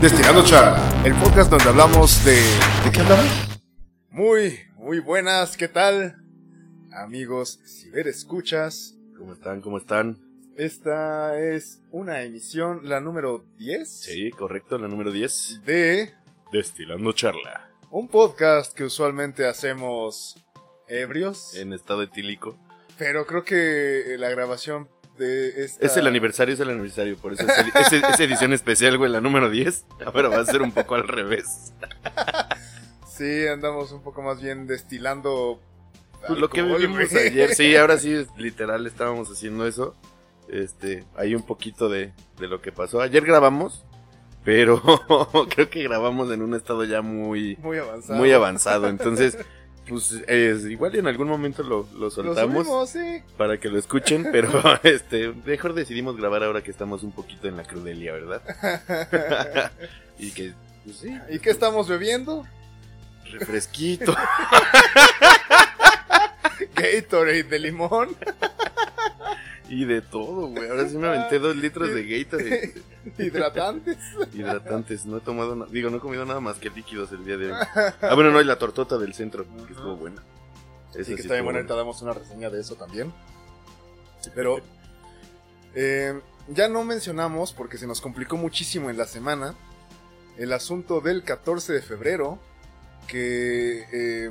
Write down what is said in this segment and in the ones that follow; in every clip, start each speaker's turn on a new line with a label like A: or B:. A: Destilando Charla, el podcast donde hablamos de... ¿De qué hablamos? Muy, muy buenas, ¿qué tal? Amigos, si ver escuchas,
B: ¿Cómo están? ¿Cómo están?
A: esta es una emisión, la número 10
B: Sí, correcto, la número 10.
A: de
B: Destilando charla.
A: un podcast que usualmente hacemos ebrios,
B: En estado etílico.
A: pero creo que la grabación de esta...
B: Es el aniversario, es el aniversario, por eso es, el- es- es edición especial, güey, la número 10. Ahora va a ser un poco al revés.
A: Sí, andamos un poco más bien destilando...
B: Pues lo que
A: alcohol,
B: vivimos
A: güey.
B: ayer, sí, ahora sí, literal, estábamos haciendo eso. Este, hay un poquito de, de lo que pasó. Ayer grabamos, pero creo que grabamos en un estado ya muy,
A: Muy avanzado.
B: muy avanzado. Entonces, pues es, igual y en algún momento lo, lo
A: Lo
B: soltamos.
A: subimos, sí.
B: para que lo escuchen, pero este, mejor decidimos grabar ahora que estamos un poquito en la crudelia, ¿verdad? y que, pues sí,
A: ¿Y qué estamos bebiendo?
B: refresquito.
A: Gatorade de limón.
B: y de todo, güey. Ahora sí me aventé dos litros de Gatorade
A: Hidratantes.
B: hidratantes. No he tomado, na- digo, no he comido nada más que líquidos el día de hoy. Ah, bueno, no, y la tortota del centro, que estuvo buena.
A: Sí, que
B: Esa
A: está
B: sí
A: bien
B: estuvo
A: bueno, ahorita damos una reseña de eso también. Pero eh, ya no mencionamos, porque se nos complicó muchísimo en la semana, el asunto del 14 de febrero, que, eh,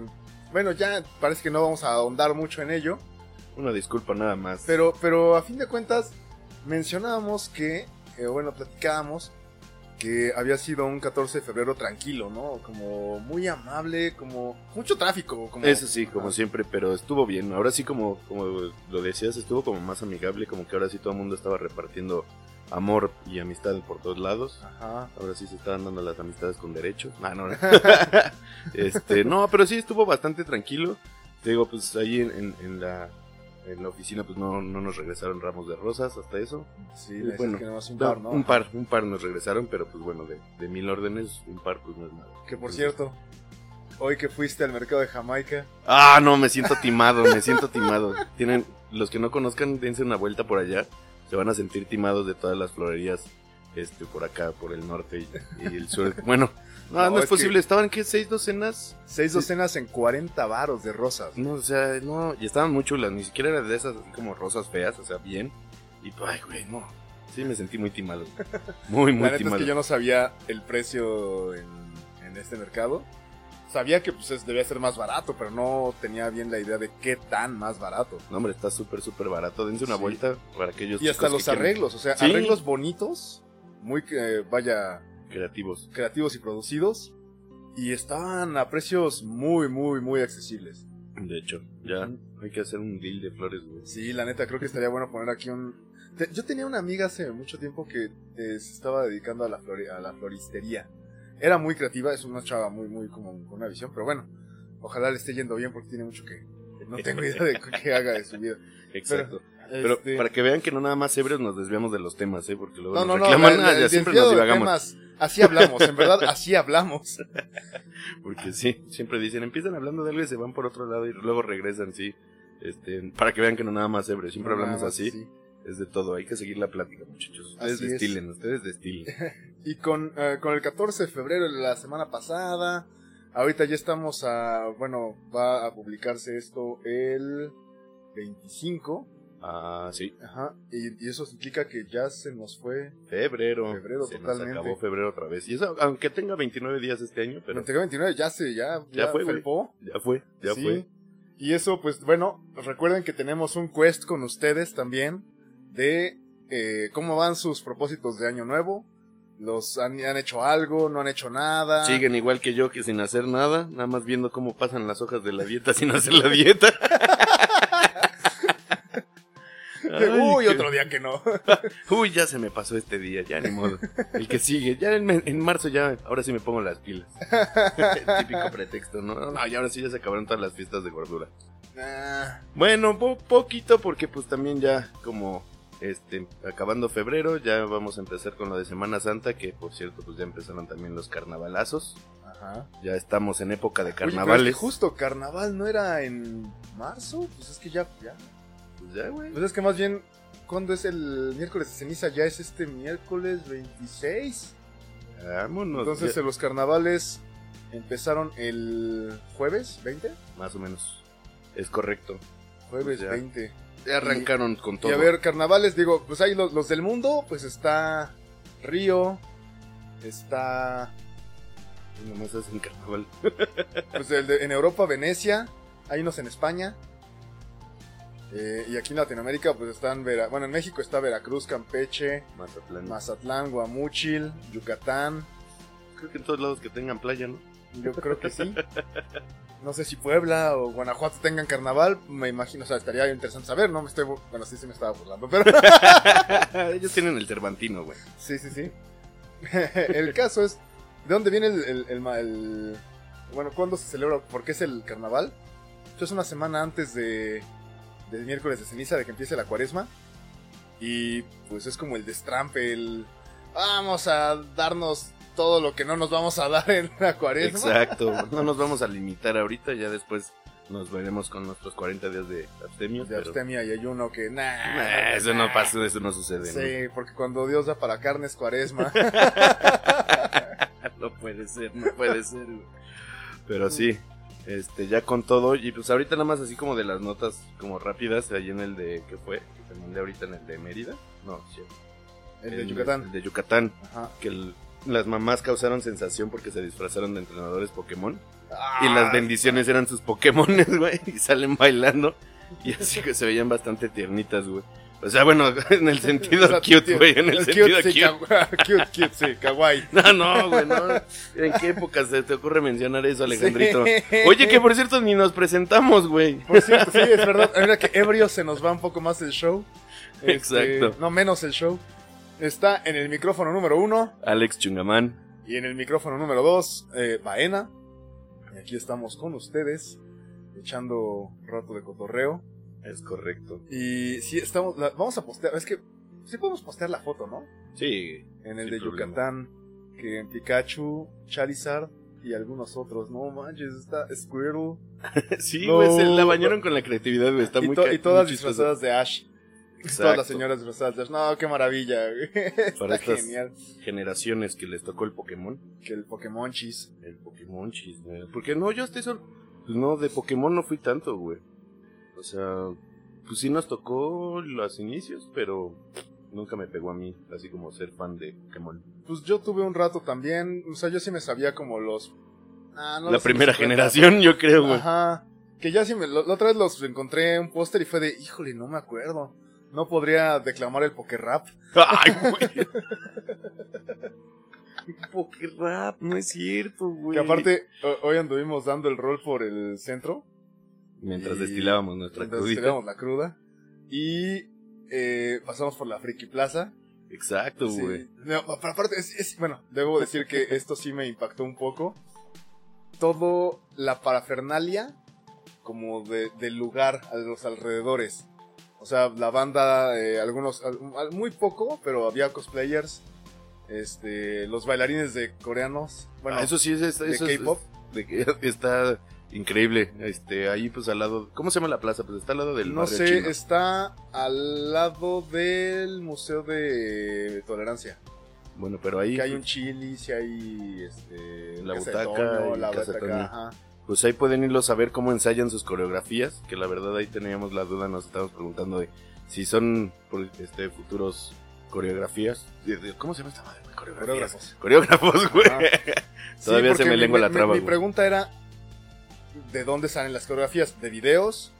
A: bueno, ya parece que no vamos a ahondar mucho en ello,
B: Una disculpa nada más.
A: pero, pero a fin de cuentas mencionábamos que, eh, bueno, platicábamos que había sido un 14 de febrero tranquilo, ¿no? Como muy amable, como mucho tráfico, como...
B: Eso sí, como
A: Ajá.
B: siempre, pero estuvo bien. Ahora sí, como, como lo decías, estuvo como más amigable, como que ahora sí todo el mundo estaba repartiendo amor y amistad por todos lados.
A: Ajá.
B: Ahora sí se estaban dando las amistades con derecho. Ah, no, no. este, no, pero sí estuvo bastante tranquilo. Te digo, pues ahí en, en- en la, en la oficina pues no, no nos regresaron ramos de rosas hasta eso.
A: Sí,
B: Y
A: le
B: Eh, bueno,
A: bueno, que nada más un
B: No,
A: par, ¿no?
B: Un par, un par nos regresaron, pero pues bueno, de, de mil órdenes, un par pues no es nada.
A: Que por
B: Entonces,
A: cierto, hoy que fuiste al mercado de Jamaica,
B: Ah, no, me siento timado, me siento timado. Tienen, los que no conozcan, dense una vuelta por allá. Se van a sentir timados de todas las florerías, este, por acá, por el norte y, y el sur. Bueno, no,
A: No,
B: no, es,
A: es
B: posible. Estaban, ¿qué? ¿Seis docenas?
A: seis
B: Sí.
A: docenas en 40 varos de rosas.
B: No, o sea, no, y estaban muy chulas. Ni siquiera eran de esas así como rosas feas, o sea, bien. Y, ay, güey, no. Sí, me sentí muy timado. Muy, muy
A: La neta es
B: timado.
A: que yo no sabía el precio en, en este mercado. Sabía que pues es- debía ser más barato, pero no tenía bien la idea de qué tan más barato.
B: No, hombre, está súper, súper barato. Dense una
A: Sí.
B: vuelta para aquellos
A: Y hasta
B: chicos que
A: los
B: quieren-
A: arreglos, o sea,
B: Sí.
A: arreglos bonitos, muy, que vaya,
B: creativos.
A: creativos y producidos. Y estaban a precios muy, muy, muy accesibles.
B: De hecho, ya hay que hacer un deal de flores, güey.
A: Sí, la neta, creo que estaría bueno poner aquí un... Te- yo tenía una amiga hace mucho tiempo que eh, se estaba dedicando a la, flori- a la floristería. Era muy creativa, es una chava muy, muy como con una visión, pero bueno, ojalá le esté yendo bien porque tiene mucho que... No tengo idea de qué haga de su vida.
B: Exacto. Pero
A: Pero
B: para que vean que no nada más ebrios nos desviamos de los temas, ¿eh? Porque luego
A: Este, No, no,
B: nos
A: no,
B: reclaman,
A: la- la-
B: "Ah, ya
A: el
B: siempre
A: desviado
B: nos
A: de
B: divagamos.
A: temas, así hablamos, en verdad, así hablamos.
B: Porque sí, siempre dicen, empiezan hablando de algo y se van por otro lado y luego regresan, sí. Este, para que vean que no nada más ebrios, siempre
A: Nada
B: hablamos
A: más
B: así. Es de todo, hay que seguir la plática, muchachos. Ustedes
A: Así es.
B: destilen, ustedes destilen.
A: Y con, eh, con el 14 de febrero de la semana pasada, ahorita ya estamos a, bueno, va a publicarse esto el 25,
B: Ah, sí.
A: ajá, y, y eso implica que ya se nos fue,
B: Febrero.
A: Febrero,
B: se
A: totalmente.
B: nos acabó febrero otra vez. Y eso, aunque tenga 29 días este año, pero
A: pero 29 ya se, ya,
B: Ya fue, güey.
A: felpó,
B: ya fue, ya
A: sí.
B: fue.
A: Y eso, pues bueno, recuerden que tenemos un quest con ustedes también de eh, cómo van sus propósitos de año nuevo. Los han, han hecho algo, no han hecho nada.
B: Siguen igual que yo, que sin hacer nada, nada más viendo cómo pasan las hojas de la dieta sin hacer la dieta.
A: Que, Uy,
B: Ay,
A: otro día que no.
B: que- uy, ya se me pasó este día, ya ni modo. El que sigue, ya en, en marzo ya, ahora sí me pongo las pilas. Típico pretexto, ¿no? No, no, y ahora sí ya se acabaron todas las fiestas de gordura.
A: Ah,
B: Bueno, po- poquito porque pues también ya como este acabando febrero ya vamos a empezar con lo de Semana Santa, que por cierto pues ya empezaron también los carnavalazos.
A: ajá.
B: Ya estamos en época de
A: Oye, pero es que
B: carnavales.
A: justo, carnaval no era en marzo. Pues es que ya, ya.
B: Pues ya, güey.
A: Pues es que más bien, ¿cuándo es el miércoles de ceniza? Ya es este miércoles 26.
B: Vámonos.
A: Entonces
B: ya-
A: eh, los carnavales empezaron el jueves 20.
B: Más o menos. Es correcto.
A: Jueves
B: Ya.
A: 20.
B: Ya arrancaron con todo.
A: Y a ver, carnavales, digo, pues hay los, los del mundo, pues está Río, está
B: Nomás hacen carnaval.
A: pues, el de- en Europa, Venecia, hay unos en España. Eh, y aquí en Latinoamérica, pues están, Vera- bueno, en México está Veracruz, Campeche,
B: Mazatlán.
A: Mazatlán, Guamúchil, Yucatán,
B: Creo que en todos lados que tengan playa, ¿no?
A: Yo creo que sí. No sé si Puebla o Guanajuato tengan carnaval, me imagino, o sea, estaría interesante saber, ¿no? Me estoy, bu- bueno, sí, sí me estaba burlando, pero
B: Ellos tienen el Cervantino, güey.
A: sí, sí, sí. El caso es, ¿de dónde viene el, el- el ma- el- bueno, cuándo se celebra, por qué es el carnaval? Esto es una semana antes de, del miércoles de ceniza, de que empiece la cuaresma, y pues es como el destrampe, el, vamos a darnos todo lo que no nos vamos a dar en la cuaresma.
B: Exacto. No nos vamos a limitar ahorita, ya después nos veremos con nuestros 40 días de abstemio.
A: De
B: pero-
A: abstemia pues, y ayuno que, nah,
B: Nah, eso no pasa, eso no sucede. ¿no?
A: Sí, porque cuando Dios da para carne es cuaresma.
B: No puede ser, no puede ser, güey. Pero sí, este, ya con todo. Y pues ahorita nada más así como de las notas como rápidas, ahí en el de, ¿qué fue? Que te mandé ahorita en el de Mérida. No, sí.
A: El de
B: en
A: Yucatán.
B: El de Yucatán.
A: Ajá.
B: Que el- las mamás causaron sensación porque se disfrazaron de entrenadores Pokémon. Y
A: Ah,
B: las bendiciones eran sus Pokémones, güey. Y salen bailando. Y así que se veían bastante tiernitas, güey. O sea, bueno, en el sentido cute, güey. En el, sentido
A: cute,
B: cute.
A: sí, kawa- cute, cute, sí, kawaii.
B: No, no, güey, no. ¿En qué época se te ocurre mencionar eso, Alejandrito?
A: Sí.
B: Oye, que por cierto ni nos presentamos, güey.
A: Por cierto, sí, es verdad. Mira que ebrio se nos va un poco más el show. Este,
B: Exacto.
A: No menos el show. Está en el micrófono número uno
B: Alex Chungamán.
A: y en el micrófono número dos, eh, Baena. Y aquí estamos con ustedes, echando un rato de cotorreo.
B: Es correcto.
A: Y sí, estamos, la- vamos a postear, es que sí podemos postear la foto, ¿no?
B: Sí.
A: En el
B: Sin
A: de
B: problema.
A: Yucatán, que en Pikachu, Charizard y algunos otros. No manches, está Squirtle.
B: Sí,
A: No,
B: güey, se la bañaron con la creatividad, güey. Está
A: y,
B: muy
A: to-
B: ca-
A: y todas
B: muy chistoso.
A: disfrazadas de Ash.
B: Exacto.
A: Todas las señoras disfrazadas de Ash. No, qué maravilla. güey. está
B: Para estas-
A: genial.
B: Generaciones que les tocó el Pokémon.
A: Que el Pokémon Chis.
B: El Pokémon chis, güey. Porque no, yo estoy sor... Pues no, de Pokémon no fui tanto, güey. O sea, pues sí nos tocó los inicios, pero nunca me pegó a mí, así como ser fan de Pokémon.
A: Pues yo tuve un rato también. O sea, yo sí me sabía como los. Ah, no
B: la
A: los
B: primera
A: 50.
B: generación, yo creo, güey.
A: Ajá. Que ya sí me. lo- La otra vez los encontré en un póster y fue de. Híjole, no me acuerdo. No podría declamar el Pokérap.
B: Ay, güey. Poké rap, no es cierto, güey.
A: Que aparte, o- hoy anduvimos dando el rol por el centro.
B: Mientras
A: Y-
B: destilábamos nuestra
A: Entonces
B: crudita.
A: teníamos la cruda. Y eh, pasamos por la Friki Plaza.
B: Exacto,
A: Sí.
B: güey.
A: No, pero aparte, es- es- bueno, debo decir que esto sí me impactó un poco. Todo la parafernalia como de- del lugar a los alrededores. O sea, la banda, eh, algunos, al- al- muy poco, pero había cosplayers. Este, los bailarines de coreanos. Bueno,
B: Ah, eso sí es, es-
A: de
B: eso es-
A: K-pop.
B: de que- está increíble. Este, ahí pues al lado, ¿cómo se llama la plaza? Pues está al lado del
A: No
B: barrio
A: sé,
B: chino.
A: está al lado del Museo de Tolerancia.
B: Bueno, pero ahí
A: Que hay un chili, si hay este,
B: La
A: casa de
B: butaca
A: tono,
B: y
A: la
B: casa de tono.
A: butaca, ajá.
B: pues ahí pueden irlos a ver cómo ensayan sus coreografías, que la verdad ahí teníamos la duda, nos estábamos preguntando de si son por- este futuros coreografías. De- de- ¿Cómo se llama esta madre? güey? Coreografías.
A: Coreógrafos.
B: Coreógrafos, güey.
A: Sí,
B: Todavía se
A: porque
B: me
A: mi-
B: lengua la
A: mi-
B: traba,
A: Mi,
B: güey.
A: pregunta era, ¿de dónde salen las coreografías? ¿De videos?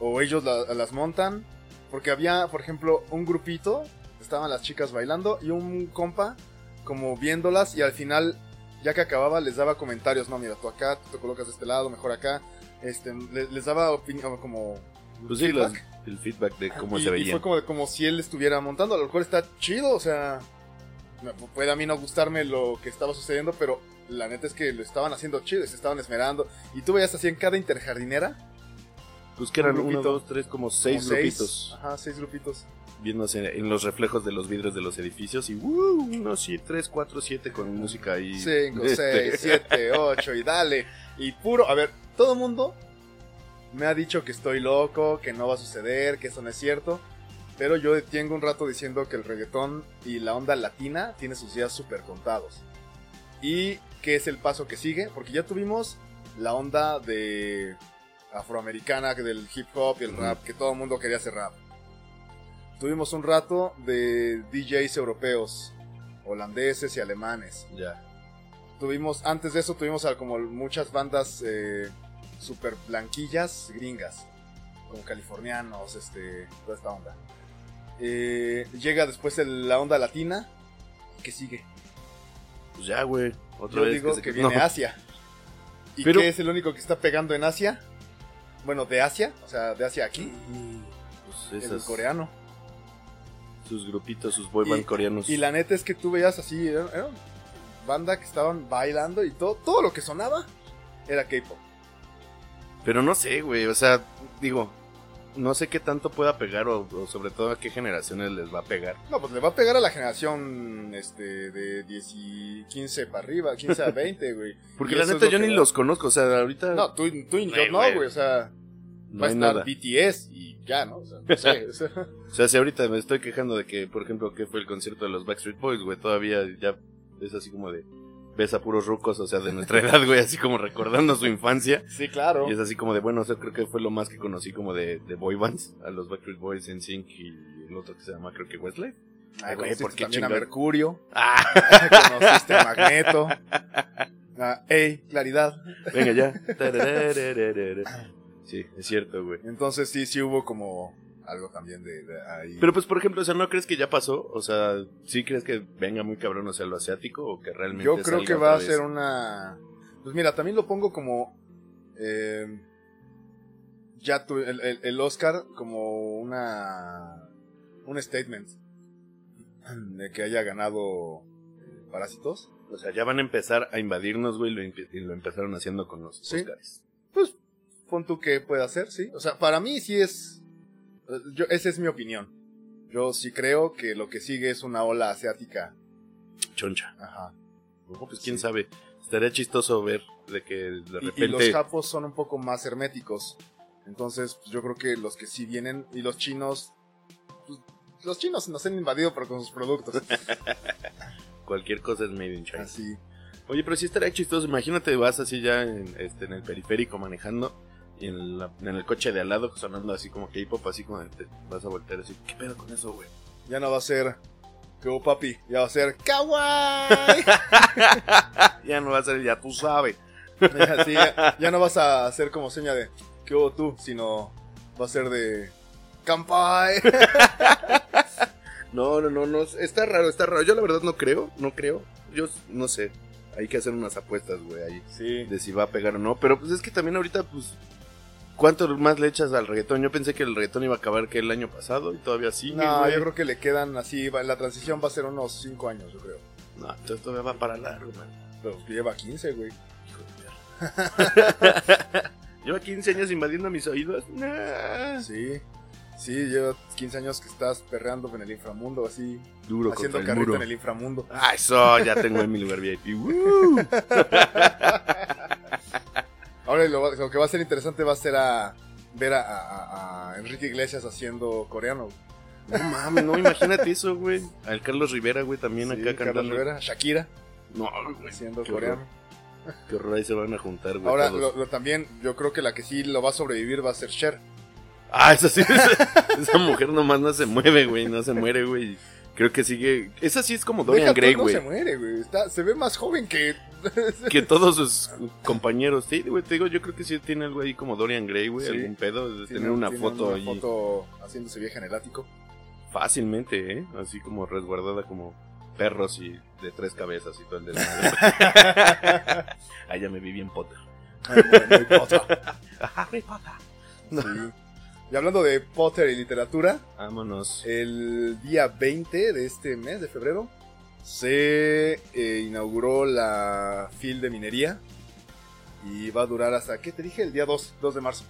A: ¿O ellos la- las montan? Porque había, por ejemplo, un grupito, estaban las chicas bailando y un compa como viéndolas y al final, ya que acababa, les daba comentarios. No, mira, tú acá, tú te colocas de este lado, mejor acá. Este, le- les daba opinión como...
B: Pues sí,
A: feedback. Ah,
B: los- el feedback de cómo
A: y,
B: se
A: y
B: veía.
A: fue como, como si él estuviera montando, lo cual está chido, o sea, me- puede a mí no gustarme lo que estaba sucediendo, pero la neta es que lo estaban haciendo chido, y se estaban esmerando. Y tú veías así en cada interjardinera,
B: Pues que eran
A: un
B: uno,
A: grupito.
B: dos, tres, como seis
A: como
B: grupitos.
A: Ajá, seis grupitos.
B: Viéndose en los reflejos de los vidrios de los edificios. Y uh, uno, sí, tres, cuatro, siete con música ahí.
A: Cinco,
B: Este,
A: seis, siete, ocho, y dale. Y puro, a ver, todo el mundo me ha dicho que estoy loco, que no va a suceder, que eso no es cierto. Pero yo tengo un rato diciendo que el reggaetón y la onda latina tiene sus días súper contados. ¿Y qué es el paso que sigue? Porque ya tuvimos la onda de afroamericana, que del hip hop y el
B: Ujú.
A: rap, que todo el mundo quería hacer rap. Tuvimos un rato de DJs europeos, holandeses y alemanes.
B: Ya.
A: Tuvimos, antes de eso tuvimos a como muchas bandas eh, super blanquillas, gringas, como californianos, este, toda esta onda. Eh, llega después el- la onda latina, que sigue.
B: Pues ya, güey. Otra
A: Yo
B: vez
A: digo
B: se-
A: que, viene
B: No.
A: Asia. ¿Y
B: Pero-
A: qué es el único que está pegando en Asia? Bueno, de Asia, o sea, de Asia aquí,
B: Pues
A: el
B: esas,
A: coreano.
B: sus grupitos, sus boy band
A: Y-
B: coreanos.
A: Y la neta es que tú veías así, era, era una banda que estaban bailando y todo, todo lo que sonaba era K-pop.
B: Pero no sé, güey. O sea, digo, no sé qué tanto pueda pegar o, o sobre todo a qué generaciones les va a pegar.
A: No, pues le va a pegar a la generación este, de 10 y 15 para arriba, 15 a 20, güey.
B: Porque
A: Y
B: la
A: eso es
B: neta
A: lo
B: yo
A: que
B: ni
A: va.
B: los conozco. O sea, ahorita
A: No,
B: no,
A: tú, tú y yo
B: Güey,
A: no,
B: güey.
A: güey, o sea, va a
B: hay
A: estar
B: nada.
A: BTS y ya, ¿no? O sea, no sé, o sea,
B: O sea, si ahorita me estoy quejando de que, por ejemplo, que fue el concierto de los Backstreet Boys, güey, todavía ya es así como de. Ves a puros rucos, o sea, de nuestra edad, güey, así como recordando su infancia.
A: sí, claro.
B: Y es así como de, bueno, o sea, creo que fue lo más que conocí como de, de boy bands, a los Backstreet Boys, NSYNC y el otro que se llama, creo que Westlife.
A: Ah,
B: güey,
A: conociste
B: ¿por qué
A: también a
B: chingados?
A: Mercurio,
B: Ah,
A: conociste a Magneto, a Ey, Claridad.
B: venga ya. Tarararararara. Sí, es cierto, güey.
A: Entonces sí, sí hubo como algo también de, de ahí.
B: Pero pues, por ejemplo, o sea, ¿no crees que ya pasó? O sea, ¿sí crees que venga muy cabrón, o sea, lo asiático o que realmente
A: Yo creo
B: salga
A: que va a
B: otra
A: ser
B: vez?
A: una... Pues mira, también lo pongo como... eh, ya tu- el, el- el Oscar como una... Un statement de que haya ganado eh, Parásitos.
B: O sea, ya van a empezar a invadirnos, güey, lo empe- y lo empezaron haciendo con los
A: Sí.
B: Oscars.
A: Pues pon tú que puede hacer, sí. O sea, para mí sí es... eh, Yo, esa es mi opinión. Yo sí creo que lo que sigue es una ola asiática.
B: Choncha.
A: Ajá.
B: Ojo, pues quién
A: Sí.
B: sabe. Estaría chistoso ver de que de
A: Y-
B: repente...
A: Y, los japos son un poco más herméticos. Entonces, pues, yo creo que los que sí vienen y los chinos. pues, los chinos nos han invadido, pero con sus productos.
B: Cualquier cosa es made in China.
A: Así.
B: Oye, pero sí estaría chistoso. Imagínate, vas así ya en, este, en el periférico manejando y en, la- en el coche de al lado sonando así como K-pop, así como te vas a voltear así. ¿Qué pedo con eso, güey?
A: Ya no va a ser. Que hubo, papi. Ya va a ser. ¡Kawaii!
B: ya no va a ser, ya tú sabes.
A: Así, ya, ya no vas a hacer como seña de. ¿Qué hubo tú? Sino. Va a ser de. ¡Kampai!
B: No, no, no, no. Está raro, está raro. Yo la verdad no creo, no creo. Yo s- no sé. Hay que hacer unas apuestas, güey, ahí.
A: Sí.
B: De si va a pegar o no. Pero pues es que también ahorita, pues. ¿Cuánto más le echas al reggaetón? Yo pensé que el reggaetón iba a acabar que el año pasado y todavía sigue.
A: No,
B: güey.
A: yo creo que le quedan así. va- La transición va a ser unos 5 años, yo creo.
B: No, entonces todavía va para largo, man.
A: Pero lleva 15, güey.
B: Hijo de perra. Lleva 15 años invadiendo mis oídos. Nah.
A: Sí, sí, llevo 15 años que estás perreando en el inframundo, así,
B: Duro
A: haciendo
B: contra el
A: carrito
B: muro.
A: en el inframundo.
B: Ah, eso, ya tengo en mi lugar VIP. Woo.
A: Ahora lo, va- lo que va a ser interesante va a ser a ver a, a- a- a Enrique Iglesias haciendo coreano.
B: No mames, no, imagínate eso, güey. Al Carlos Rivera, güey, también
A: Sí,
B: acá
A: Carlos
B: cantando.
A: Rivera, Shakira
B: No, güey.
A: haciendo
B: qué
A: coreano.
B: horror, Qué horror, ahí se van a juntar, güey.
A: Ahora
B: todos.
A: lo, lo también, yo creo que la que sí lo va a sobrevivir va a ser Cher.
B: Ah, esa sí, esa, esa mujer nomás no se mueve, güey, no se muere, güey. Creo que sigue. Esa sí es como
A: Deja
B: Dorian
A: tú,
B: Gray,
A: no
B: güey.
A: se muere, güey. está- se ve más joven que...
B: que todos sus compañeros. Sí, güey, te digo, yo creo que sí tiene algo ahí como Dorian Gray, güey,
A: Sí.
B: algún pedo de
A: Tiene-
B: tener una
A: tiene
B: foto
A: una
B: ahí
A: foto haciéndose vieja en el ático.
B: fácilmente, ¿eh? Así como resguardada como perros y de tres cabezas y todo el desmadre. Allá me vi bien Potter.
A: Ay, Ah, bueno, y Potter.
B: Harry Potter.
A: Sí. Y hablando de Potter y literatura,
B: Vámonos.
A: El día 20 de este mes de febrero se eh, inauguró la FIL de minería y va a durar hasta, ¿qué te dije? El día 2, 2 de marzo.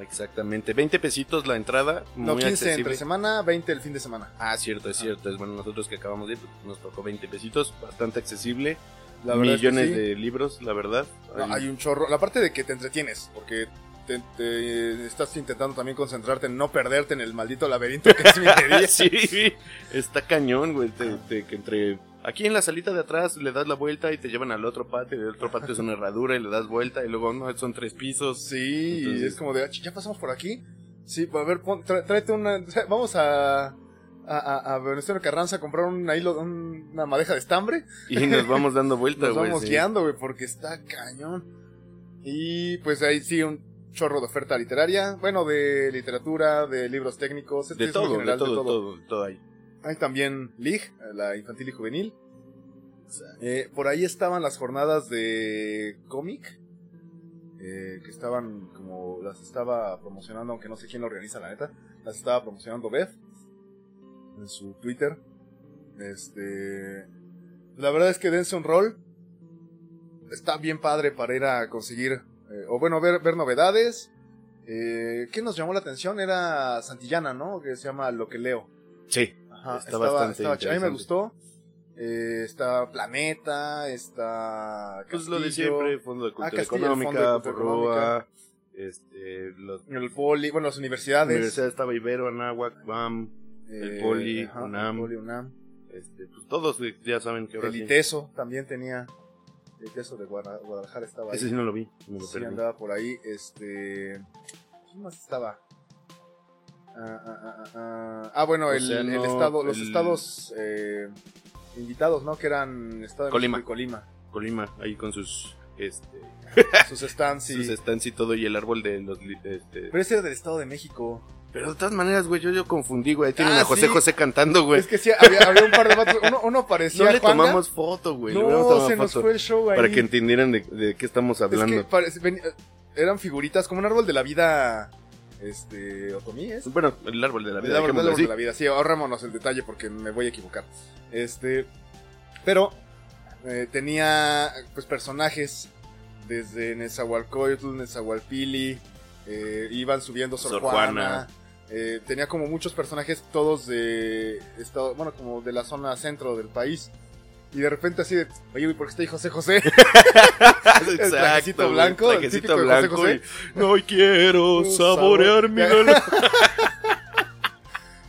B: Exactamente. 20 pesitos la entrada.
A: No,
B: muy
A: 15 entre
B: accesible.
A: semana, 20 el fin de semana.
B: Ah, cierto, es cierto. Es bueno, nosotros que acabamos de ir, pues, nos tocó 20 pesitos. Bastante accesible.
A: La verdad es que
B: Millones
A: sí.
B: de libros, la verdad.
A: No,
B: Ahí-
A: hay un chorro. La parte de que te entretienes, porque te- te- estás intentando también concentrarte en no perderte en el maldito laberinto que es minería.
B: sí, está cañón, güey. te- te- que entre. Aquí en la salita de atrás le das la vuelta y te llevan al otro patio. y El otro patio es una herradura y le das vuelta. Y luego, no, son tres pisos.
A: Sí,
B: Entonces-
A: y es como de, "Ah, ya pasamos por aquí. Sí, a ver, pon- tra- tráete una. Vamos a. A, a, a Venustiano Carranza a comprar una, hilo, un- una madeja de estambre.
B: Y nos vamos dando vueltas,
A: Nos
B: güey.
A: vamos
B: sí.
A: guiando, güey, porque está cañón. Y pues ahí sí, un chorro de oferta literaria. Bueno, de literatura, de libros técnicos. este
B: De
A: es muy
B: todo, de
A: general,
B: todo, de todo, de todo ahí.
A: Hay también LIG, la infantil y juvenil. Eh, por ahí estaban las jornadas de cómic. eh, que estaban como las estaba promocionando, aunque no sé quién lo organiza, la neta. Las estaba promocionando Beth en su Twitter. Este. La verdad es que dense un rol. Está bien padre para ir a conseguir. eh, o bueno, ver, ver novedades. Eh, ¿Qué nos llamó la atención? Era Santillana, ¿no? Que se llama Lo que leo.
B: Sí.
A: Ajá,
B: Está
A: estaba,
B: bastante
A: estaba ch- A mí me
B: interesante.
A: gustó. Eh, está Planeta, está.
B: Pues lo de
A: Castillo,
B: siempre, Fondo de Cultura
A: Ah, Castillo, el Fondo de
B: Económica,
A: Cultura
B: Porroa, este, los
A: El Poli, bueno, las universidades. Eh,
B: universidad estaba Ibero, Anáhuac, BAM, el Poli, UNAM.
A: el Poli, UNAM.
B: este, pues todos eh, ya saben que ahora
A: El
B: sí.
A: ITESO también tenía. El ITESO de Guara- Guadalajara estaba ahí.
B: Ese sí no lo vi, me lo
A: Sí,
B: perdí.
A: andaba por ahí. Este. ¿Quién más estaba? Ah, ah, ah, ah, ah. Ah, bueno,
B: O
A: el,
B: sea,
A: el
B: no,
A: estado, los
B: el-
A: estados eh, invitados, ¿no? Que eran Estado de
B: Colima.
A: México y Colima.
B: Colima, ahí con sus, este,
A: Sus stands y.
B: sus stands y todo, y el árbol de los, li- este...
A: Pero ese era del Estado de México.
B: Pero de todas maneras, güey, yo, yo confundí, güey, ahí tienen
A: Ah,
B: a José
A: sí.
B: José cantando, güey.
A: Es que sí, había, había un par de vatos. Uno, uno parecía
B: No le
A: Juanga.
B: tomamos foto, güey, le hubiéramos
A: No,
B: tomado
A: se nos
B: foto
A: fue el show ahí.
B: Para que entendieran de, de qué estamos
A: Es
B: hablando.
A: que parece- ven- eh, eran figuritas como un árbol de la vida. Este. Otomí, ¿es?
B: Bueno, el árbol de la vida,
A: El árbol- el
B: dejémoslo
A: árbol
B: así.
A: de la vida. Sí, ahorrémonos el detalle porque me voy a equivocar. Este. Pero. eh, tenía. Pues personajes. Desde Nezahualcóyotl, Nezahualpili. eh, iban subiendo Sor,
B: Sor
A: Juana.
B: Juana.
A: eh, tenía como muchos personajes, todos de. estado- bueno, como de la zona centro del país. Y de repente así de. Oye, güey, ¿por qué está ahí José José? El trajecito
B: güey,
A: blanco, el
B: trajecito
A: típico de José
B: blanco.
A: José.
B: y, no quiero
A: Un
B: saborear
A: sabor".
B: mi dolor.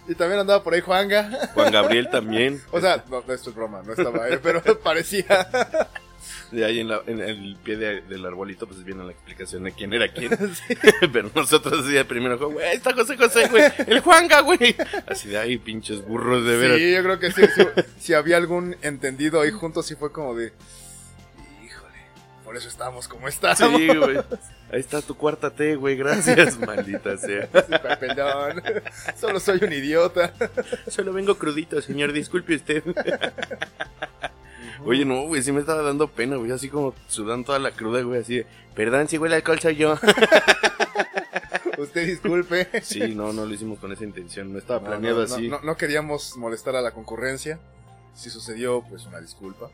A: y también andaba por ahí Juanga.
B: Juan Gabriel también.
A: O sea, no, no, esto es broma, no estaba él, pero parecía.
B: De ahí en, la- en el pie de- del arbolito, pues viene la explicación de quién era quién. Pero nosotros así de primero, güey, está José José, güey, el Juanga, güey. Así de ahí, pinches burros de veras.
A: Sí, yo creo que sí. sí, si había algún entendido ahí juntos, sí fue como de. Híjole, por eso estábamos como estábamos.
B: Sí, güey. Ahí está tu cuarta T, güey, gracias, maldita sea.
A: Perdón, solo soy un idiota.
B: Solo vengo crudito, señor, disculpe usted. Oye, no, güey, sí me estaba dando pena, güey, así como sudando toda la cruda, güey, así de, perdón, si huele a alcohol soy yo.
A: usted disculpe.
B: Sí, no, no lo hicimos con esa intención, no estaba
A: No,
B: planeado
A: no, no,
B: así.
A: No, no queríamos molestar a la concurrencia. Si sucedió, pues una disculpa.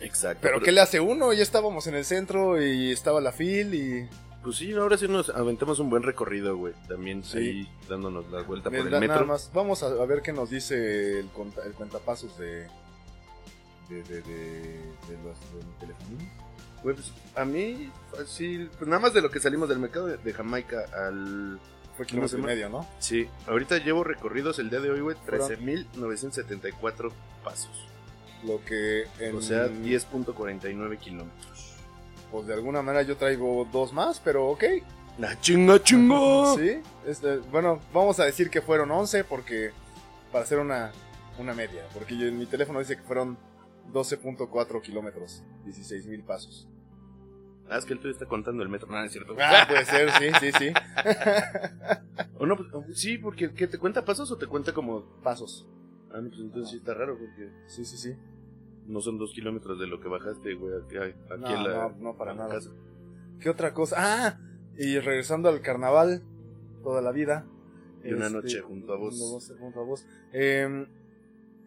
B: Exacto.
A: Pero ¿qué le hace uno? Ya estábamos en el centro y estaba la fil y.
B: Pues sí, ahora sí nos aventamos un buen recorrido, güey. También
A: Sí.
B: ahí dándonos la vuelta por
A: Mira, nada
B: el metro.
A: más, vamos a, a ver qué nos dice el, conta- el cuentapasos de. de. de. de. de los. de mi telefonía.
B: Güey, pues, a mí, sí, pues nada más de lo que salimos del mercado de, de Jamaica al...
A: Fue kilómetro y
B: llama?
A: medio, ¿no?
B: Sí, ahorita llevo recorridos el día de hoy, güey,
A: Fueron-
B: 13.974 pasos.
A: Lo que en,
B: O sea, 10.49 kilómetros.
A: Pues de alguna manera yo traigo dos más, pero ok.
B: ¡La chinga chingo!
A: Sí. este, bueno, vamos a decir que fueron 11 porque para hacer una, una media. Porque yo- en mi teléfono dice que fueron 12.4 kilómetros, 16 mil pasos.
B: Ah, es que el tuyo está contando el metro, no, no es cierto.
A: Ah, puede ser, sí, sí, sí.
B: O no, pues, sí, porque ¿qué, ¿te cuenta pasos o te cuenta como...?
A: Pasos.
B: Ah, no, pues entonces sí está raro, porque...
A: Sí, sí, sí.
B: No son dos kilómetros de lo que bajaste, güey, aquí, aquí
A: No,
B: en la...
A: no, no para
B: en la
A: nada.
B: casa.
A: ¿Qué otra cosa? Ah, y regresando al carnaval, toda la vida. Este,
B: Y una noche junto a vos.
A: Una noche junto a vos. Eh,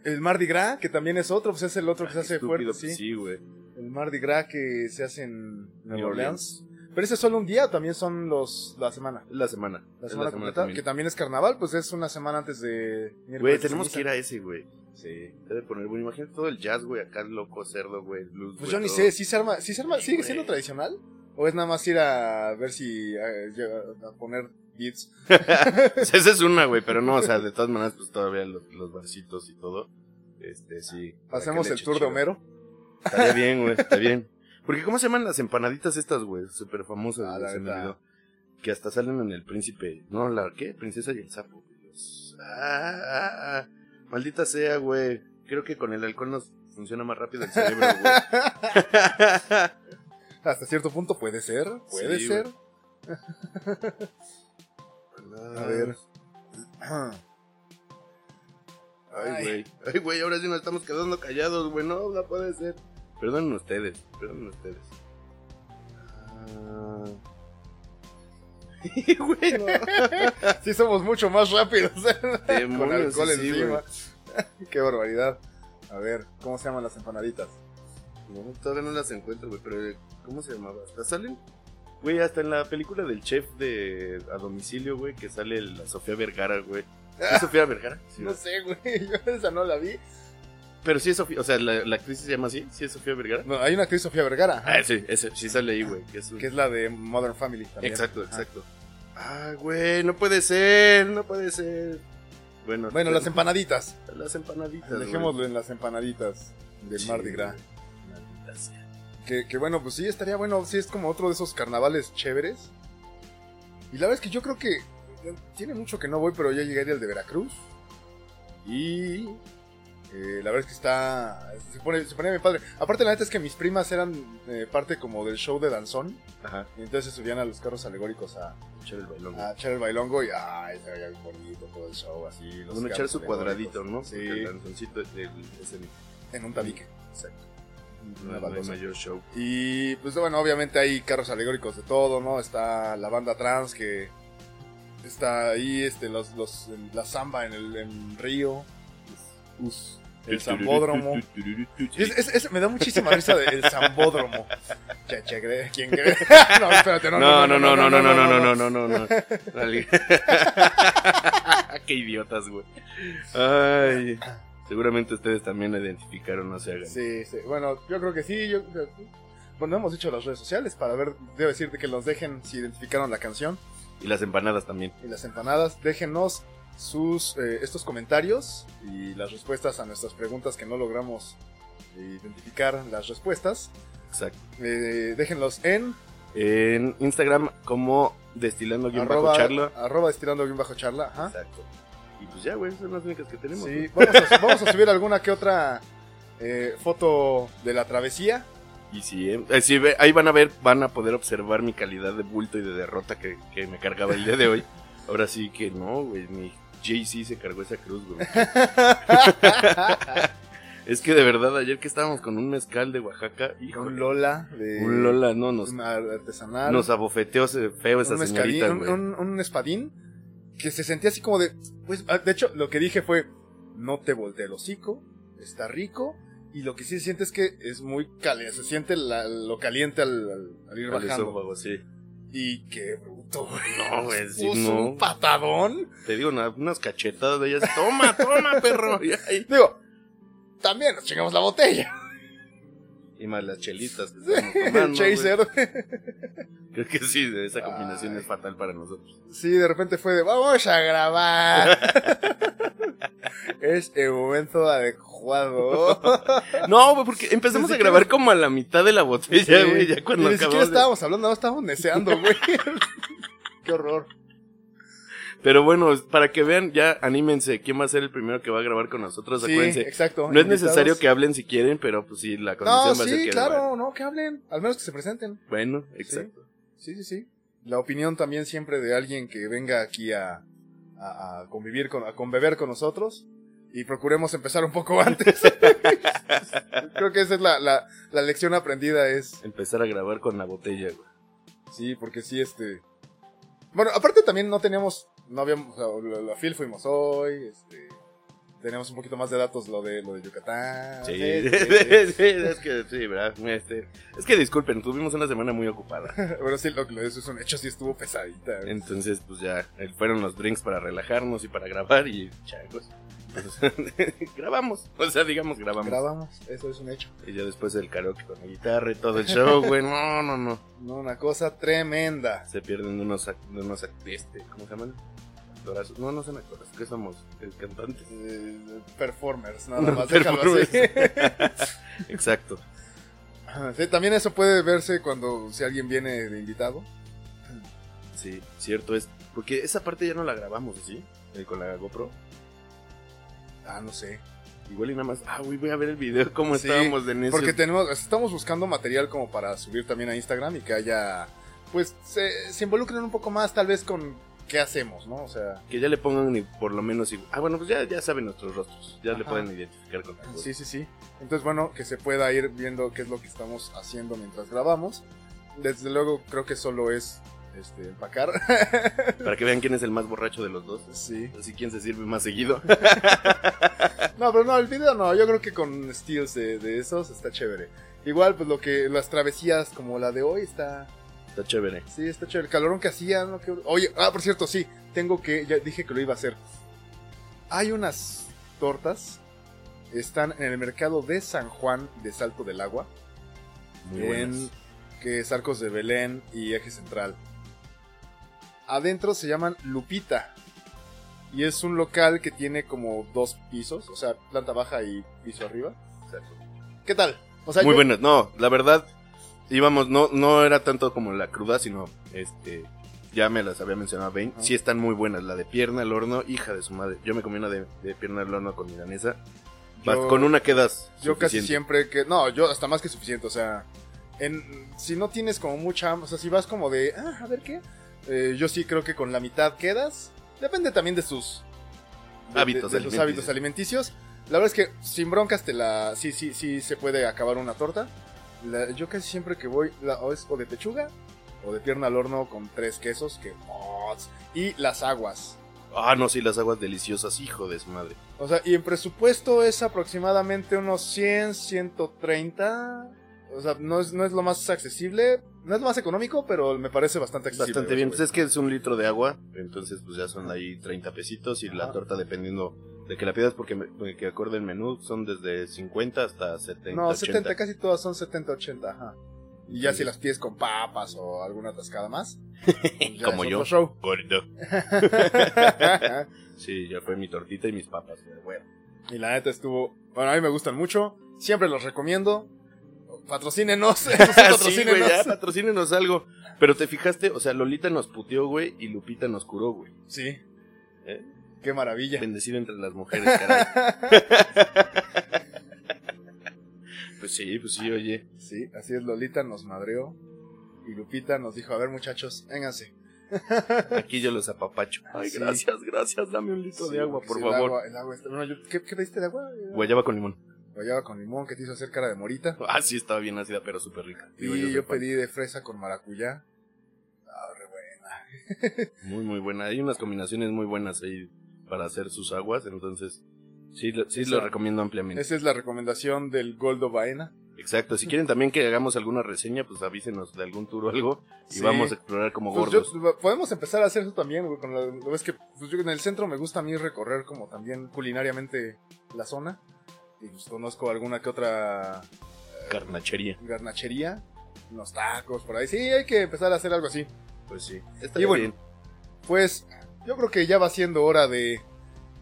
A: el Mardi Gras, que también es otro, pues es el otro que se hace
B: Estúpido,
A: fuerte,
B: pues,
A: sí.
B: Sí, güey.
A: El Mardi Gras que se hace en Nueva
B: New
A: Orleans. Pero ese es solo un día, también son los la semana.
B: La semana. Es
A: La semana completa, que también es carnaval, pues es una semana antes de miércoles
B: Güey,
A: de
B: tenemos
A: ceniza.
B: que ir a ese, güey.
A: Sí.
B: Debe poner, bueno, imagínate todo el jazz, güey, acá loco, cerdo, güey, blues.
A: Pues
B: güey,
A: yo ni
B: todo.
A: sé, sí se arma, sí se arma,
B: Sí,
A: sigue
B: güey.
A: siendo tradicional. ¿O es nada más ir a ver si. a, a- a poner beats?
B: O sea, esa es una, güey, pero no, o sea, de todas maneras, pues todavía los, los barcitos y todo. Este, sí. para
A: ¿Hacemos
B: que
A: el
B: le eche
A: tour de
B: chido.
A: Homero?
B: Estaría bien, güey, está bien. Porque, ¿cómo se llaman las empanaditas estas, güey? Súper famosas,
A: Ah,
B: güey,
A: la
B: se me
A: neta.
B: olvidó. Que hasta salen en El Príncipe. No, ¿la qué? Princesa y el Sapo. güey. Los- Ah, ah, ah. Maldita sea, güey. Creo que con el alcohol nos funciona más rápido el cerebro, güey.
A: Hasta cierto punto puede ser, puede
B: Sí,
A: ser.
B: A
A: ver.
B: Ay, güey. Ay, güey, ahora sí nos estamos quedando callados, güey. No, no puede ser. Perdonen ustedes, perdonen ustedes. Ah. güey, no.
A: Sí, somos mucho más rápidos. ¿eh? Con
B: Demonios,
A: alcohol
B: sí, sí,
A: encima. Qué barbaridad. A ver, ¿cómo se llaman las empanaditas?
B: güey. No, todavía no las encuentro, güey, pero ¿cómo se llamaba? ¿Hasta salen? Güey, hasta en la película del chef de a domicilio, güey, que sale la Sofía Vergara, güey. ¿Es Sofía Vergara? Sí,
A: No
B: ¿verdad?
A: sé, güey. Yo esa no la vi.
B: Pero sí es Sofía, o sea, la, la actriz se llama así, sí es Sofía Vergara.
A: No, hay una actriz Sofía Vergara.
B: Ah, sí, ese, sí sale ahí, güey. Que es un-
A: Que es la de Modern Family también.
B: Exacto, exacto. Ah, güey, no puede ser, no puede ser. Bueno,
A: Bueno, las
B: empanaditas.
A: empanaditas.
B: Las empanaditas. güey.
A: Dejémoslo en las empanaditas del
B: Sí,
A: Mardi Gras.
B: güey. Maldita sea.
A: Que, que bueno, pues sí, estaría bueno. Sí, es como otro de esos carnavales chéveres. Y la verdad es que yo creo que. eh, Tiene mucho que no voy, pero ya llegaría al de Veracruz. Y. eh, la verdad es que está. Se pone, se pone bien padre. Aparte, la neta es que mis primas eran eh, parte como del show de danzón.
B: Ajá,
A: Y entonces se subían a los carros alegóricos a,
B: echar el bailón.
A: a echar el bailongo. Y ay, se veía bien bonito todo el show. Así. los
B: Uno echar
A: carros
B: su cuadradito,
A: alegóricos.
B: ¿no? Porque El
A: Sí,
B: lanzoncito es el, es el-
A: en un tabique.
B: Exacto.
A: Una
B: No hay
A: baldosa.
B: mayor show.
A: Y pues bueno, obviamente hay carros alegóricos de todo, ¿no? Está la banda trans que está ahí, este, los, los, en- la samba en el en Río, pues, el zambódromo. Es- es- es- me da muchísima risa de- el zambódromo. Che, che, cre- ¿quién cree? No, espérate, no,
B: No, no, no, no, no, no, no, no, no, no, no. Dale. Qué idiotas, güey. Ay. Seguramente ustedes también la identificaron, no se hagan.
A: Sí, sí. Bueno, yo creo que sí. Yo, bueno, hemos hecho las redes sociales para ver, debo decirte que los dejen si identificaron la canción.
B: Y las empanadas también.
A: y las empanadas. Déjenos sus eh, estos comentarios y las respuestas a nuestras preguntas que no logramos eh, identificar las respuestas.
B: Exacto.
A: Eh, déjenlos en
B: En Instagram como destilando guión bajo
A: arroba,
B: charla.
A: arroba estirando bien bajo charla. ajá.
B: Exacto. Y pues ya, güey, son las únicas que tenemos.
A: Sí, vamos, a, vamos a subir alguna que otra eh, foto de la travesía.
B: ¿no? Y si, eh, eh, si ve- ahí van a ver, van a poder observar mi calidad de bulto y de derrota que, que me cargaba el día de hoy. Ahora sí que no, güey, mi Jay-Z se cargó esa cruz, güey. Es que de verdad, ayer que estábamos con un mezcal de Oaxaca, híjole,
A: un Lola de
B: un Lola, no, nos,
A: un artesanal.
B: nos abofeteó ese- feo esa
A: un, mezcalín,
B: señorita,
A: un-
B: güey.
A: un- un espadín que se sentía así como de. Pues, ah, de hecho, lo que dije fue: no te voltee el hocico, está rico. Y lo que sí se siente es que es muy caliente, se siente la- lo caliente al, al- al ir
B: Al
A: bajando.
B: esófago, sí.
A: Y qué bruto, güey.
B: No, güey, sí,
A: Puso
B: no.
A: un patadón.
B: Te digo, una- unas cachetadas de ellas, toma, toma, perro. Y, ahí-
A: Digo, también nos chingamos la botella.
B: y más las chelitas que estamos
A: El
B: tomando, güey.
A: chaser.
B: Creo que sí, de esa combinación
A: Ay.
B: es fatal para nosotros.
A: Sí, de repente fue de vamos a grabar. es el momento adecuado.
B: No, güey, porque empezamos
A: Ni
B: a
A: siquiera-
B: grabar como a la mitad de la botella,
A: Sí.
B: güey, ya cuando
A: Y Ni siquiera
B: acabamos. de-
A: estábamos hablando, no estábamos neceando, güey. Qué horror.
B: Pero bueno, para que vean, ya anímense, ¿quién va a ser el primero que va a grabar con nosotros?
A: Sí,
B: Acuérdense.
A: exacto.
B: No es
A: invitados.
B: necesario que hablen si quieren, pero pues sí, la condición
A: No,
B: va a ser
A: sí,
B: que
A: claro, no, que hablen. Al menos que se presenten.
B: Bueno, exacto.
A: Sí, sí, sí. La opinión también siempre de alguien que venga aquí a, a- a convivir, con, a conbeber con nosotros. Y procuremos empezar un poco antes. Creo que esa es la, la- la lección aprendida, es...
B: Empezar a grabar con la botella, güey.
A: Sí, porque sí, este... Bueno, aparte también no teníamos, no habíamos, o sea, la, la FIL fuimos hoy, este... Tenemos un poquito más de datos lo de, lo de Yucatán.
B: Sí,
A: Ah, Sí, sí, sí.
B: es que sí, ¿verdad? Este, es que disculpen, tuvimos una semana muy ocupada.
A: Bueno, sí, lo, lo- eso es un hecho, sí estuvo pesadita. güey.
B: Entonces, pues ya eh, fueron los drinks para relajarnos y para grabar y changos. Pues, grabamos. O sea, digamos, grabamos.
A: Grabamos, eso es un hecho.
B: y ya después el karaoke con la guitarra y todo el show, güey. No, no, no.
A: No, una cosa tremenda.
B: Se pierden de unos, ac- de unos ac- este, ¿cómo se llaman? Actorazos. No, no son actorazos. ¿Qué somos? El cantante.
A: Eh, performers, nada más. déjalo así.
B: Exacto.
A: Ajá, sí, también eso puede verse cuando si alguien viene de invitado.
B: Sí, cierto es. Porque esa parte ya no la grabamos, ¿sí? Eh, con la GoPro.
A: Ah, no sé.
B: Igual y nada más. Ah, güey, voy a ver el video cómo
A: Sí,
B: estábamos de necio.
A: Porque tenemos, estamos buscando material como para subir también a Instagram y que haya, pues, se, se involucren un poco más tal vez con qué hacemos, ¿no? O sea,
B: Que ya le pongan y por lo menos. y- Ah, bueno, pues ya, ya saben nuestros rostros. Ya le
A: Ajá.
B: pueden identificar con la
A: sí, sí, sí. Entonces, bueno, que se pueda ir viendo qué es lo que estamos haciendo mientras grabamos. Desde luego, creo que solo es, este, empacar.
B: Para que vean quién es el más borracho de los dos.
A: sí.
B: Así quién se sirve más seguido.
A: No, pero no, el video no. Yo creo que con steals de, de esos está chévere. Igual, pues, lo que, las travesías como la de hoy está,
B: Está chévere.
A: Sí, está chévere. El calorón que hacía, ¿no? Que- Oye, ah, por cierto, sí, tengo que, ya dije que lo iba a hacer. Hay unas tortas, están en el mercado de San Juan de Salto del Agua,
B: Muy
A: en
B: buenas.
A: que es Arcos de Belén y Eje Central. Adentro se llaman Lupita. Y es un local que tiene como dos pisos, o sea, planta baja y piso arriba. ¿Qué tal? O sea,
B: Muy
A: yo-
B: buenas. No, la verdad, íbamos, no, no era tanto como la cruda, sino este. Ya me las había mencionado Bain.
A: Ajá.
B: Sí están muy buenas. La de pierna al horno, hija de su madre. Yo me comí una de, de pierna al horno con milanesa. Vas-
A: yo-
B: con una quedas.
A: Yo casi
B: suficiente.
A: siempre que. No, yo hasta más que suficiente. O sea, en, si no tienes como mucha. ham- O sea, si vas como de. Ah, a ver qué. eh, yo sí creo que con la mitad quedas. Depende también de sus de-
B: Hábitos
A: de, de sus
B: alimenticios.
A: hábitos alimenticios. La verdad es que sin broncas te la. Sí, sí, sí se puede acabar una torta. La- yo casi siempre que voy. La, o es o de pechuga. O de pierna al horno con tres quesos. Que. ¡oh! y las aguas.
B: Ah, no, sí, las aguas deliciosas, hijo de su madre.
A: O sea, y en presupuesto es aproximadamente unos 100, 130. O sea, no es, no es lo más accesible, no es lo más económico, pero me parece bastante accesible.
B: Bastante bien. Pues
A: güey.
B: es que es un litro de agua. Entonces, pues ya son ahí 30 pesitos. Y la
A: Ajá.
B: torta, dependiendo de que la pidas, porque, me- porque acorde el menú, son desde 50 hasta 70.
A: no,
B: 80.
A: 70, casi todas son 70, 80, ajá. Y ya si las pides con papas o alguna atascada más. pues ya
B: Como
A: es
B: yo.
A: otro show.
B: Gordo. Sí, ya fue mi tortita y mis papas. pero Bueno.
A: y la neta estuvo. Bueno, a mí me gustan mucho, siempre los recomiendo. Patrocínenos, sí,
B: Ah, sí, güey, ya
A: patrocínenos.
B: patrocínenos algo. Pero te fijaste, o sea, Lolita nos puteó, güey, y Lupita nos curó, güey.
A: Sí,
B: ¿Eh?
A: qué maravilla.
B: Bendecido entre las mujeres, caray. Pues sí, pues sí, oye.
A: Sí, así es, Lolita nos madreó y Lupita nos dijo, a ver muchachos, vénganse.
B: Aquí yo los apapacho. Ay,
A: Sí.
B: gracias, gracias. Dame un litro
A: Sí,
B: de agua,
A: porque
B: por
A: si
B: favor.
A: El agua, el agua está- bueno, yo- ¿qué, qué pediste de agua?
B: Guayaba con limón.
A: Guayaba con limón, que te hizo hacer cara de morita.
B: Ah, sí, estaba bien ácida, pero súper rica. Digo,
A: y yo,
B: soy fan.
A: pedí de fresa con maracuyá. Ah, re bueno.
B: Muy, muy buena. Hay unas combinaciones muy buenas ahí para hacer sus aguas, entonces... Sí, lo- sí
A: O
B: lo
A: sea,
B: recomiendo ampliamente.
A: Esa es la recomendación del Goldo Baena.
B: Exacto. Si quieren también que hagamos alguna reseña, pues avísenos de algún tour o algo. Y
A: Sí.
B: vamos a explorar como
A: Pues
B: gordos.
A: yo- podemos empezar a hacer eso también, güey. Con la, lo ves que pues yo en el centro me gusta a mí recorrer como también culinariamente la zona. Y pues conozco alguna que otra
B: Carnachería.
A: garnachería, unos tacos por ahí. Sí, hay que empezar a hacer algo así.
B: Pues sí.
A: Y bueno, Pues yo creo que ya va siendo hora de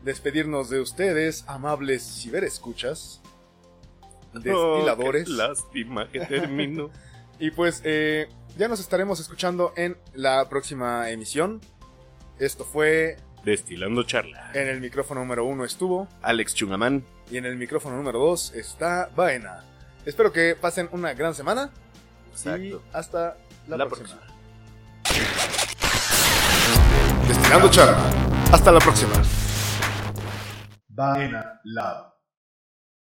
A: despedirnos de ustedes, amables ciberescuchas, destiladores.
B: lástima que terminó.
A: Y pues eh, ya nos estaremos escuchando en la próxima emisión. Esto fue
B: Destilando charla.
A: en el micrófono número uno estuvo
B: Alex Chungamán.
A: y en el micrófono número dos está Vaina. Espero que pasen una gran semana y hasta la, próxima. Destinando charla. Hasta la próxima. Vaina Lab.